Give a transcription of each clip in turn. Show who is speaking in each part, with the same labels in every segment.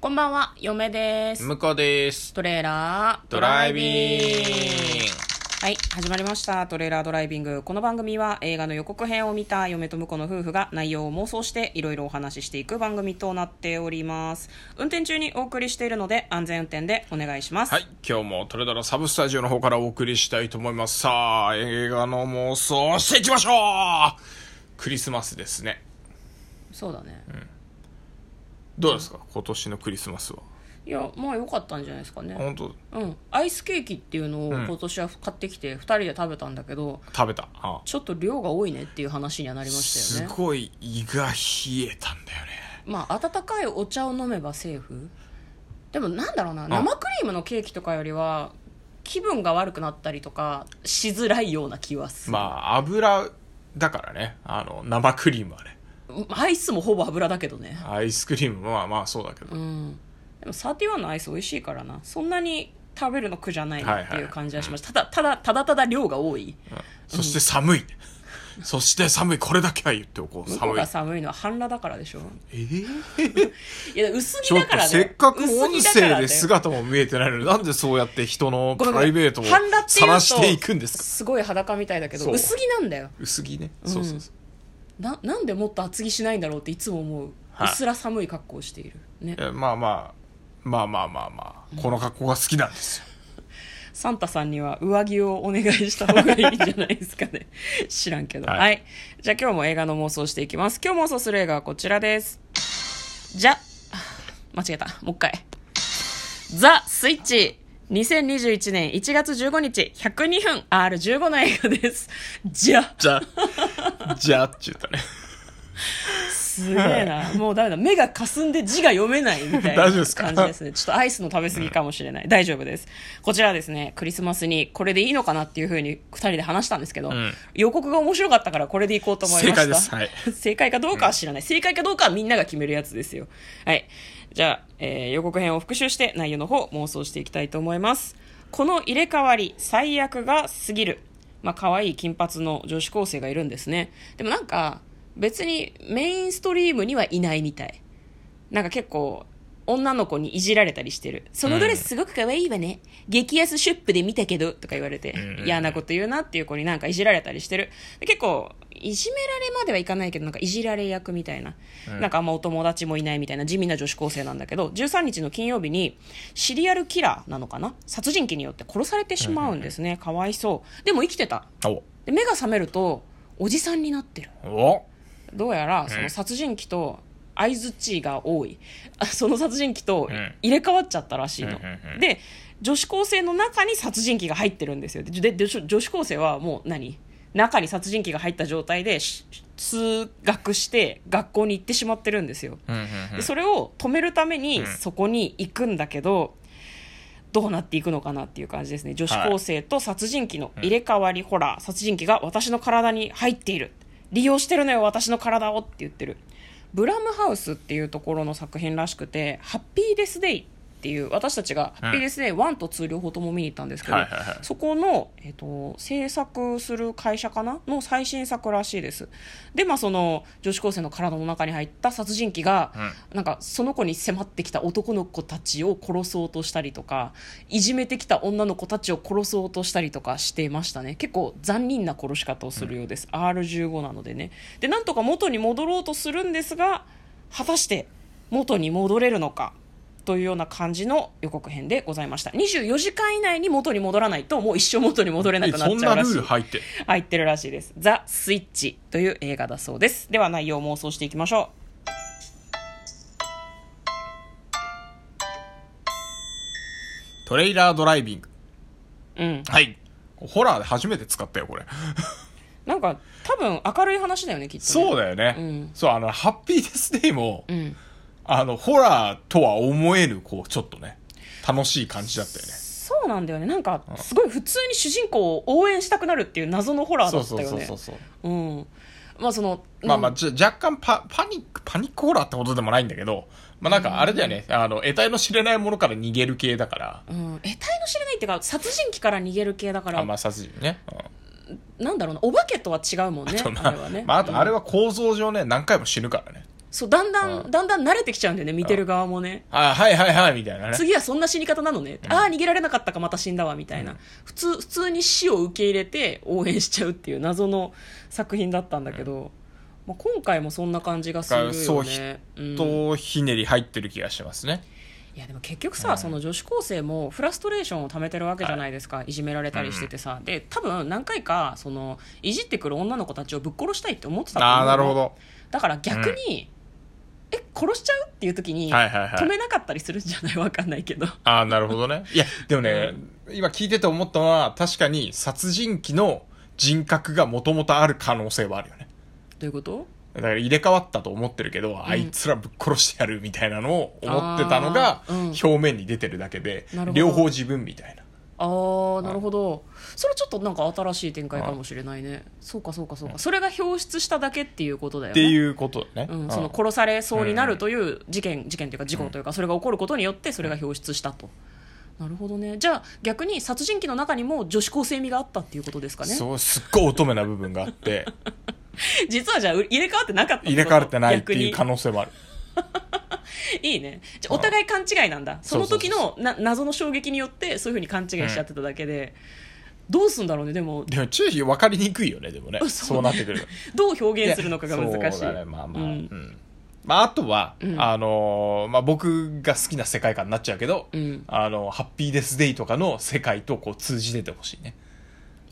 Speaker 1: こんばんは、嫁です。
Speaker 2: 向こうです。
Speaker 1: トレーラード
Speaker 2: ドライビング。
Speaker 1: はい、始まりました。トレーラードライビング。この番組は映画の予告編を見た嫁と婿の夫婦が内容を妄想していろいろお話ししていく番組となっております。運転中にお送りしているので安全運転でお願いします。
Speaker 2: はい。今日もトレドラサブスタジオの方からお送りしたいと思います。さあ、映画の妄想をしていきましょうクリスマスですね。
Speaker 1: そうだね。
Speaker 2: どうですか今年のクリスマスは。
Speaker 1: いや、まあ良かったんじゃないですかね。
Speaker 2: 本当
Speaker 1: うん。アイスケーキっていうのを
Speaker 2: ん
Speaker 1: 今年は買ってきて2人で食べたんだけど、
Speaker 2: 食べた。ああ
Speaker 1: ちょっと量が多いねっていう話にはなりました
Speaker 2: す
Speaker 1: よね。
Speaker 2: ごい胃が冷えたんだよね。
Speaker 1: まあ温かいお茶を飲めばセーフでもなんだろうな生クリームのケーキとかよりは気分が悪くなったりとかしづらいような気はする、
Speaker 2: まあ、油だからね。あの、生クリームはね。
Speaker 1: アイスもほぼ油だけどね
Speaker 2: アイスクリームはまあそうだけど。
Speaker 1: うんでも31のアイス美味しいからなそんなに食べるの苦じゃないなっていう感じはしました、ただただただただ量が多い
Speaker 2: そして寒い。そして寒い。これだけは言っておこう。
Speaker 1: 向こう
Speaker 2: 寒い
Speaker 1: が。寒いのは半裸だからでしょ
Speaker 2: えー
Speaker 1: いや薄
Speaker 2: ち
Speaker 1: 着
Speaker 2: ょ
Speaker 1: だ
Speaker 2: っ
Speaker 1: か
Speaker 2: と
Speaker 1: らだ
Speaker 2: せ
Speaker 1: よ
Speaker 2: っかく
Speaker 1: 薄着だか
Speaker 2: 音
Speaker 1: らだ
Speaker 2: 声
Speaker 1: よ
Speaker 2: で姿も見えてないのになんでそうやって人の
Speaker 1: ごめ
Speaker 2: プ
Speaker 1: んご
Speaker 2: ラ
Speaker 1: めん
Speaker 2: イベートを
Speaker 1: 半裸っていうと
Speaker 2: 晒していくんですか
Speaker 1: すごい裸みたいだけど
Speaker 2: そう
Speaker 1: 薄着なんだよ
Speaker 2: 薄着ね、そうそうそう
Speaker 1: ななんでもっと厚着しないんだろうっていつも思う、
Speaker 2: はいう
Speaker 1: っすら寒い格好をしているね
Speaker 2: いやまあまあまあまあまあまあこの格好が好きなんですよ
Speaker 1: サンタさんには上着をお願いした方がいいんじゃないですかね 知らんけどは、
Speaker 2: はいい
Speaker 1: じゃあ今日も映画の妄想していきます今日妄想する映画はこちらですじゃ 間違えたもう一回「ザ・スイッチ」2021年1月15日102分 R15 の映画ですじゃ
Speaker 2: じゃあ じゃあって言ったね
Speaker 1: すげえな。もうダメだ。目が霞んで字が読めないみたいな
Speaker 2: 大丈夫ですか
Speaker 1: 感じですね。ちょっとアイスの食べ過ぎかもしれない。大丈夫です。こちらはですね、クリスマスにこれでいいのかなっていうふうに二人で話したんですけど、
Speaker 2: ん
Speaker 1: 予告が面白かったからこれでいこうと思いました。
Speaker 2: 正解ですはい
Speaker 1: 正解かどうかは知らない。正解かどうかはみんなが決めるやつですよ。はい。じゃあ、えー予告編を復習して内容の方妄想していきたいと思います。この入れ替わり、最悪が過ぎる。まあ、可愛い金髪の女子高生がいるんですね。でもなんか、別にメインストリームにはいないみたい。なんか結構、女の子にいじられたりしてる。そのドレスすごく可愛いわね。激安ショップで見たけど、とか言われて、
Speaker 2: うん
Speaker 1: 嫌なこと言うなっていう子になんかいじられたりしてる。で結構、いじめられまではいかないけど、なんかいじられ役みたいな。なんかあんまお友達もいないみたいな地味な女子高生なんだけど、13日の金曜日に、シリアルキラーなのかな殺人鬼によって殺されてしまうんですね。かわいそう。でも生きてた。
Speaker 2: お
Speaker 1: で、目が覚めると、おじさんになってる。
Speaker 2: お
Speaker 1: どうやらその殺人鬼と相づちが多いあその殺人鬼と
Speaker 2: うん
Speaker 1: 入れ替わっちゃったらしいの、
Speaker 2: うんうんうん
Speaker 1: で女子高生の中に殺人鬼が入ってるんですよでで女子女子高生はもう何中に殺人鬼が入った状態でし通学して学校に行ってしまってるんですよ
Speaker 2: うんうん
Speaker 1: でそれを止めるため
Speaker 2: う
Speaker 1: に
Speaker 2: ん
Speaker 1: そこに行くんだけど、どうなっていくのかなっていう感じですね女子高生と殺人鬼の入れ替わりホラー、殺人鬼が私の体に入っている利用してるのよ私の体をって言ってるブラムハウスっていうところの作品らしくて「ハッピーデスデイ」っていう私たちが「ハッピーデスデイ1」と2両方とも見に行ったんですけど、
Speaker 2: はいはいはい
Speaker 1: そこの、えっと制作する会社かなの最新作らしいですでまあその女子高生の体の中に入った殺人鬼が、なんかその子に迫ってきた男の子たちを殺そうとしたりとかいじめてきた女の子たちを殺そうとしたりとかしてましたね結構残忍な殺し方をするようです、R15 なのでねでなんとか元に戻ろうとするんですが果たして元に戻れるのかというような感じの予告編でございました24時間以内に元に戻らないともう一生元に戻れな
Speaker 2: え
Speaker 1: くなっ
Speaker 2: そん
Speaker 1: ちゃ
Speaker 2: な
Speaker 1: うら
Speaker 2: ル
Speaker 1: し
Speaker 2: ー
Speaker 1: い
Speaker 2: ル入ってる
Speaker 1: 入ってるらしいです「ザ・スイッチ」という映画だそうですでは内容を妄想していきましょ
Speaker 2: トレイラードライビング
Speaker 1: ううん
Speaker 2: はいホラーで初めて使ったよこれ
Speaker 1: なんか多分明るい話だよねきっと、ね、
Speaker 2: そうだよね、
Speaker 1: うん
Speaker 2: そうあのハッピーデスデイも、
Speaker 1: うん、
Speaker 2: あのホラーとは思えるこうちょっとね楽しい感じだったよね
Speaker 1: そうなんだよねなんかすごい普通に主人公を応援したくなるっていう謎のホラーだ
Speaker 2: そう
Speaker 1: った
Speaker 2: そ
Speaker 1: よ
Speaker 2: うそう
Speaker 1: ね
Speaker 2: そうそう
Speaker 1: うんまあその
Speaker 2: まあまあ、
Speaker 1: うん
Speaker 2: じゃ若干パパニック、パニックホラーってことでもないんだけど、まあなんかあれだよね、あの、得体の知れないものから逃げる系だから、
Speaker 1: うん、得体の知れないっていうか殺人鬼から逃げる系だから、
Speaker 2: あ、まあ殺人ね。うん
Speaker 1: なんだろうなお化けとは違うもんね
Speaker 2: あと
Speaker 1: あ
Speaker 2: ま
Speaker 1: れは
Speaker 2: あ
Speaker 1: ね、、
Speaker 2: まああとあれは構造上ね、何回も死ぬからね。
Speaker 1: そうだんだ
Speaker 2: うん
Speaker 1: んだんだん慣れてきちゃうんだよね見てる側もね
Speaker 2: あはいはいはいみたいなね
Speaker 1: 次はそんな死に方なのね、ああ逃げられなかったかまた死んだわみたいな、
Speaker 2: うん
Speaker 1: 普通普通に死を受け入れて応援しちゃうっていう謎の作品だったんだけど、まあ、今回もそんな感じがするよね
Speaker 2: そうひ
Speaker 1: うん
Speaker 2: とひねり入ってる気がしますね
Speaker 1: いやでも結局さ、その女子高生もフラストレーションを溜めてるわけじゃないですか、い、じめられたりしててさ、で多分何回かそのいじってくる女の子たちをぶっ殺したいって思ってたと思うの
Speaker 2: ああなるほど
Speaker 1: だから逆に、え殺しちゃうっていう時に、
Speaker 2: はいはいはい
Speaker 1: 止めなかったりするんじゃないわかんないけど
Speaker 2: ああ、なるほどね。いや、でもね、今聞いてて思ったのは、確かに殺人鬼の人格がもともとある可能性はあるよね。
Speaker 1: どういうこと
Speaker 2: だから入れ替わったと思ってるけど、あいつらぶっ殺してやるみたいなのを思ってたのが
Speaker 1: あ、ーうん
Speaker 2: 表面に出てるだけで
Speaker 1: なる、ほど
Speaker 2: 両方自分みたいな。
Speaker 1: あーなるほどそれちょっとなんか新しい展開かもしれないねそうかそうかそうかそれが表出しただけっていうことだよ
Speaker 2: っ
Speaker 1: ね
Speaker 2: ていうことだね。
Speaker 1: う、
Speaker 2: うんん
Speaker 1: その殺されそうになるという事件事件というか事故というかそれが起こることによってそれが表出したと。なるほどねじゃあ逆に殺人鬼の中にも女子高生味があったっていうことですかね
Speaker 2: そう、すっごい乙女な部分があ って、
Speaker 1: 実はじゃあ入れ替わってなかった
Speaker 2: 入れ替わってないっていう可
Speaker 1: 逆に
Speaker 2: 能性もある。
Speaker 1: いいねじゃあお互い勘違いなんだその時
Speaker 2: そ
Speaker 1: の
Speaker 2: う
Speaker 1: な謎の衝撃によってそういうふうに勘違いしちゃってただけで、どうすんだろうねでも
Speaker 2: でも、注意分かりにくいよね、でもね。
Speaker 1: そう
Speaker 2: そうなってくると。
Speaker 1: どう表現するのかが難しい
Speaker 2: やそうだねまあまあ、
Speaker 1: う
Speaker 2: うんんまあ、あとは、
Speaker 1: ん
Speaker 2: あのーまあ、僕が好きな世界観になっちゃうけど、
Speaker 1: うん
Speaker 2: あのハッピーデスデイとかの世界とこう通じててほしいね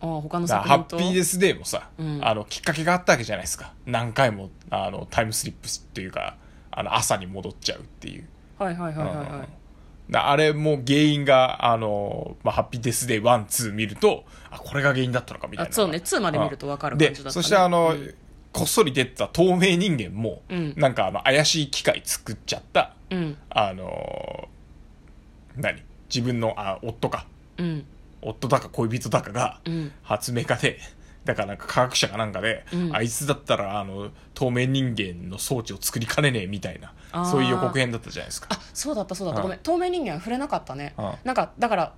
Speaker 1: ああ他の
Speaker 2: だか
Speaker 1: 作
Speaker 2: らハ
Speaker 1: 品
Speaker 2: ッ
Speaker 1: と
Speaker 2: ピーデスデイもさ、
Speaker 1: うん
Speaker 2: あのきっかけがあったわけじゃないですか何回もあのタイムスリップっていうかあの朝に戻っちゃうっていう、
Speaker 1: はいはいはいはいはい
Speaker 2: だあれも原因があの、まあ、ハッピーデスデイ12見るとあこれが原因だったのかみたいな
Speaker 1: あそうね2まで見ると分かる感じだった、
Speaker 2: で
Speaker 1: ね、
Speaker 2: そしてあの、
Speaker 1: うん
Speaker 2: こっそり出てた透明人間も、
Speaker 1: うん
Speaker 2: なんかあの怪しい機械作っちゃった
Speaker 1: うん
Speaker 2: あのー何自分のあ夫か
Speaker 1: うん
Speaker 2: 夫だか恋人だかが
Speaker 1: うん
Speaker 2: 発明家で だからなんか科学者かなんかで、
Speaker 1: うん
Speaker 2: あいつだったらあの透明人間の装置を作りかねねえみたいな
Speaker 1: あー
Speaker 2: そういう予告編だったじゃないですか
Speaker 1: あそうだったそうだった
Speaker 2: うん
Speaker 1: ごめん透明人間は触れなかったね
Speaker 2: うん
Speaker 1: なんかだから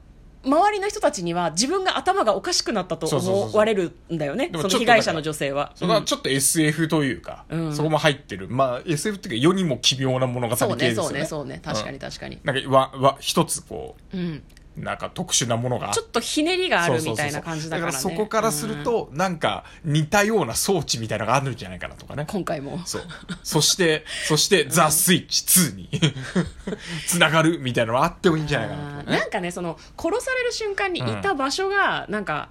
Speaker 1: 周りの人たちには自分が頭がおかしくなったと
Speaker 2: そうそうそう
Speaker 1: 思
Speaker 2: そう
Speaker 1: われるんだよね
Speaker 2: で
Speaker 1: そ
Speaker 2: も
Speaker 1: の
Speaker 2: ちょっと
Speaker 1: 被害者の女性は
Speaker 2: それは
Speaker 1: うん
Speaker 2: ちょっと SF というか、
Speaker 1: うん
Speaker 2: そこも入ってるまあ SF っていうか世にも奇妙な物語
Speaker 1: そ
Speaker 2: 系
Speaker 1: う
Speaker 2: で
Speaker 1: ね
Speaker 2: すよ
Speaker 1: そ
Speaker 2: ね
Speaker 1: うねそうね確か
Speaker 2: う
Speaker 1: に確かに
Speaker 2: なんかわわ一つこう
Speaker 1: うん
Speaker 2: なんか特殊なものがあっ
Speaker 1: ちょっとひねりがあ
Speaker 2: そう
Speaker 1: る
Speaker 2: そう
Speaker 1: み
Speaker 2: そ
Speaker 1: た
Speaker 2: う
Speaker 1: い
Speaker 2: そう
Speaker 1: な感じだからね
Speaker 2: そこからすると、なんか似たような装置みたいなのがあるんじゃないかなとかね
Speaker 1: 今回も
Speaker 2: そうそしてそして「ザ・スイッチ2に つながるみたいなのがあってもいいんじゃないか
Speaker 1: あ
Speaker 2: なと
Speaker 1: ー
Speaker 2: かね
Speaker 1: なんかねその殺される瞬間にいた場所がなんか、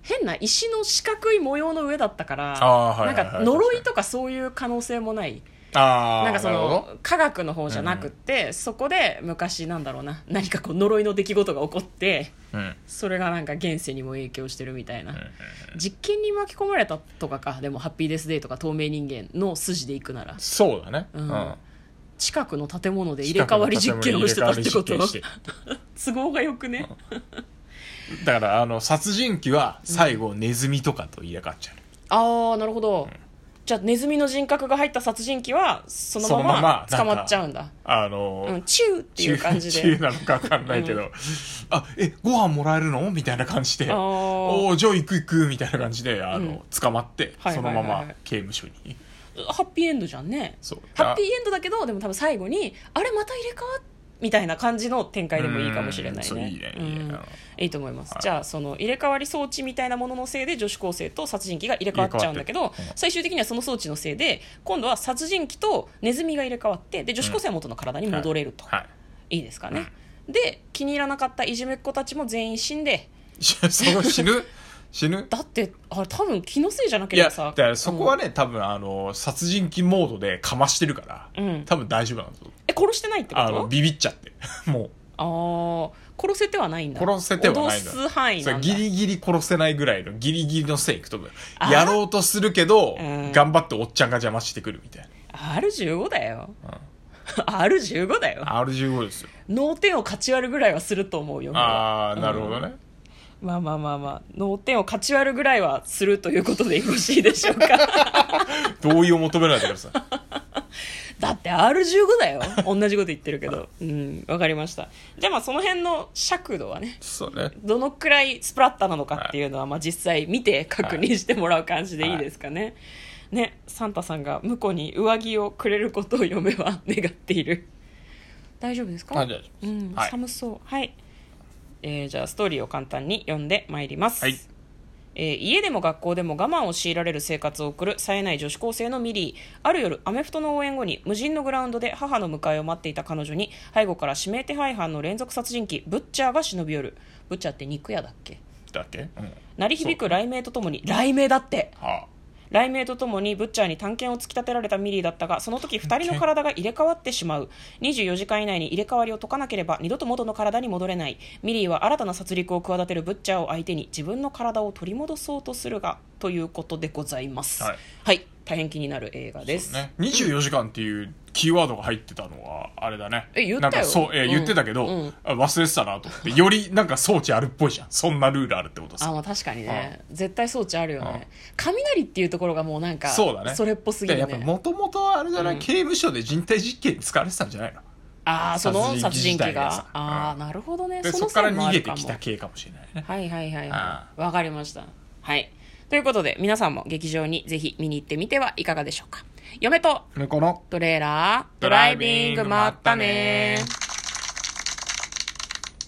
Speaker 1: 変な石の四角い模様の上だったから
Speaker 2: あーはい
Speaker 1: な
Speaker 2: は
Speaker 1: ん
Speaker 2: いは
Speaker 1: か
Speaker 2: い
Speaker 1: 呪いとかそういう可能性もない
Speaker 2: ああ
Speaker 1: なんかそ
Speaker 2: なるほど
Speaker 1: の科学の方じゃなくって、そこで昔なんだろうな何かこう呪いの出来事が起こって
Speaker 2: うん
Speaker 1: それがなんか現世にも影響してるみたいな、実験に巻き込まれたとかかでも「ハッピーデスデイ」とか「透明人間」の筋でいくなら
Speaker 2: そうだね、
Speaker 1: う
Speaker 2: うんん
Speaker 1: 近くの建物で入れ替わり実験をしてたってこと
Speaker 2: 入れ替わり実験し
Speaker 1: 都
Speaker 2: て
Speaker 1: 合がよくね、
Speaker 2: だからあの殺人鬼は最後ネズミとかと入れ替わっちゃう、
Speaker 1: ああなるほど、じゃあネズミの人格が入った殺人鬼はその
Speaker 2: そのま
Speaker 1: まま
Speaker 2: ま
Speaker 1: 捕まっちゃうんだ
Speaker 2: あの
Speaker 1: うん、チューっていう感じ
Speaker 2: 中
Speaker 1: で
Speaker 2: なのか分かんないけど、あえご飯もらえるのみたいな感じで
Speaker 1: あー
Speaker 2: おおじゃあ行く行くみたいな感じであの、
Speaker 1: うん
Speaker 2: 捕まって、
Speaker 1: はいはいはい
Speaker 2: そのまま刑務所に
Speaker 1: ハッピーエンドじゃんね
Speaker 2: そう
Speaker 1: ハッピーエンドだけどでも多分最後にあれまた入れ替わっみたいな感じの展開でもいいかもしれないね
Speaker 2: うんそういいねいいね
Speaker 1: うん
Speaker 2: あの
Speaker 1: いいと思います、
Speaker 2: はい
Speaker 1: じゃあその入れ替わり装置みたいなもののせいで女子高生と殺人鬼が入れ替わっちゃうんだけど
Speaker 2: 入れ替わってるうん
Speaker 1: 最終的にはその装置のせいで今度は殺人鬼とネズミが入れ替わってで女子高生は元の体に戻れると、
Speaker 2: はい
Speaker 1: いいですかね、で気に入らなかったいじめっ子たちも全員死んで
Speaker 2: しその死ぬ死ぬ
Speaker 1: だってあれ多分気のせいじゃなけ
Speaker 2: い
Speaker 1: れ
Speaker 2: や
Speaker 1: ばさ
Speaker 2: だからそこはね、多分あの殺人鬼モードでかましてるから、
Speaker 1: うん
Speaker 2: 多分大丈夫なんですよ
Speaker 1: え殺してないってこ
Speaker 2: あの
Speaker 1: と
Speaker 2: ビビっちゃって も
Speaker 1: ああ殺せてはないんだ
Speaker 2: 殺せてはないんだ
Speaker 1: 脅す範
Speaker 2: う
Speaker 1: 囲
Speaker 2: そ
Speaker 1: な
Speaker 2: れ
Speaker 1: んだ
Speaker 2: ギリギリ殺せないぐらいのギリギリの線いくと思う
Speaker 1: あー
Speaker 2: やろうとするけど、
Speaker 1: うん
Speaker 2: 頑張っておっちゃんが邪魔してくるみたい
Speaker 1: R15 だよ
Speaker 2: うん
Speaker 1: R15 だよ
Speaker 2: な R15 ですよ
Speaker 1: 脳天を勝ち割るぐらいはすると思うよ
Speaker 2: ああなるほどね、
Speaker 1: まあまあまあまあ脳天を勝ち割るぐらいはするということでよろしいでしょう か
Speaker 2: 同意を求めないでください
Speaker 1: だって R15 だよ同じこと言ってるけどうんわかりましたじゃあまあその辺の尺度はね
Speaker 2: そうね
Speaker 1: どのくらいスプラッタなのかっていうのは、まあ、実際見て確認してもらう感じでいいですかね。ねサンタさんが婿に上着をくれることを嫁は願っている大丈夫ですか、
Speaker 2: あ大丈夫です
Speaker 1: うん
Speaker 2: はい
Speaker 1: 寒そうはい、えーじゃあストーリーを簡単に読んでまいります、
Speaker 2: はい
Speaker 1: えー家でも学校でも我慢を強いられる生活を送る冴えない女子高生のミリーある夜アメフトの応援後に無人のグラウンドで母の迎えを待っていた彼女に背後から指名手配犯の連続殺人鬼ブッチャーが忍び寄るブッチャーって肉屋だっけ
Speaker 2: だっけ、うん、
Speaker 1: 鳴り響く雷鳴とともに雷鳴だって
Speaker 2: はあ
Speaker 1: 雷鳴とともにブッチャーに探検を突き立てられたミリーだったがその時2人の体が入れ替わってしまう24時間以内に入れ替わりを解かなければ二度と元の体に戻れないミリーは新たな殺戮を企てるブッチャーを相手に自分の体を取り戻そうとするがということでございます
Speaker 2: はい、
Speaker 1: 大変気になる映画です、
Speaker 2: ね、24時間っていうキーワードが入ってたのはあれだね
Speaker 1: え言ったよ
Speaker 2: なんかそう、え
Speaker 1: うん
Speaker 2: 言ってたけど、
Speaker 1: うん
Speaker 2: あ忘れてたなと思ってよりなんか装置あるっぽいじゃんそんなルールあるってこと
Speaker 1: あ
Speaker 2: さ
Speaker 1: まあ確かにね、絶対装置あるよね、雷っていうところがもうなんか
Speaker 2: そうだね
Speaker 1: れっぽすぎ
Speaker 2: で
Speaker 1: る
Speaker 2: やっぱ
Speaker 1: ね
Speaker 2: もともとあれじゃない、
Speaker 1: うん
Speaker 2: 刑務所で人体実験に使われてたんじゃないの
Speaker 1: ああその殺
Speaker 2: 殺人
Speaker 1: 人
Speaker 2: 鬼
Speaker 1: 鬼
Speaker 2: が
Speaker 1: が、
Speaker 2: さ
Speaker 1: ああ
Speaker 2: うん
Speaker 1: なるほどね
Speaker 2: でそ
Speaker 1: の
Speaker 2: こから
Speaker 1: 線も
Speaker 2: 逃
Speaker 1: あ
Speaker 2: げ
Speaker 1: る
Speaker 2: て
Speaker 1: かも
Speaker 2: きた系かもしれないね
Speaker 1: はいはいはいは
Speaker 2: あ
Speaker 1: いわかりましたはいということで皆さんも劇場にぜひ見に行ってみてはいかがでしょうか嫁と
Speaker 2: この
Speaker 1: トレーラード
Speaker 2: ドライビングまったねー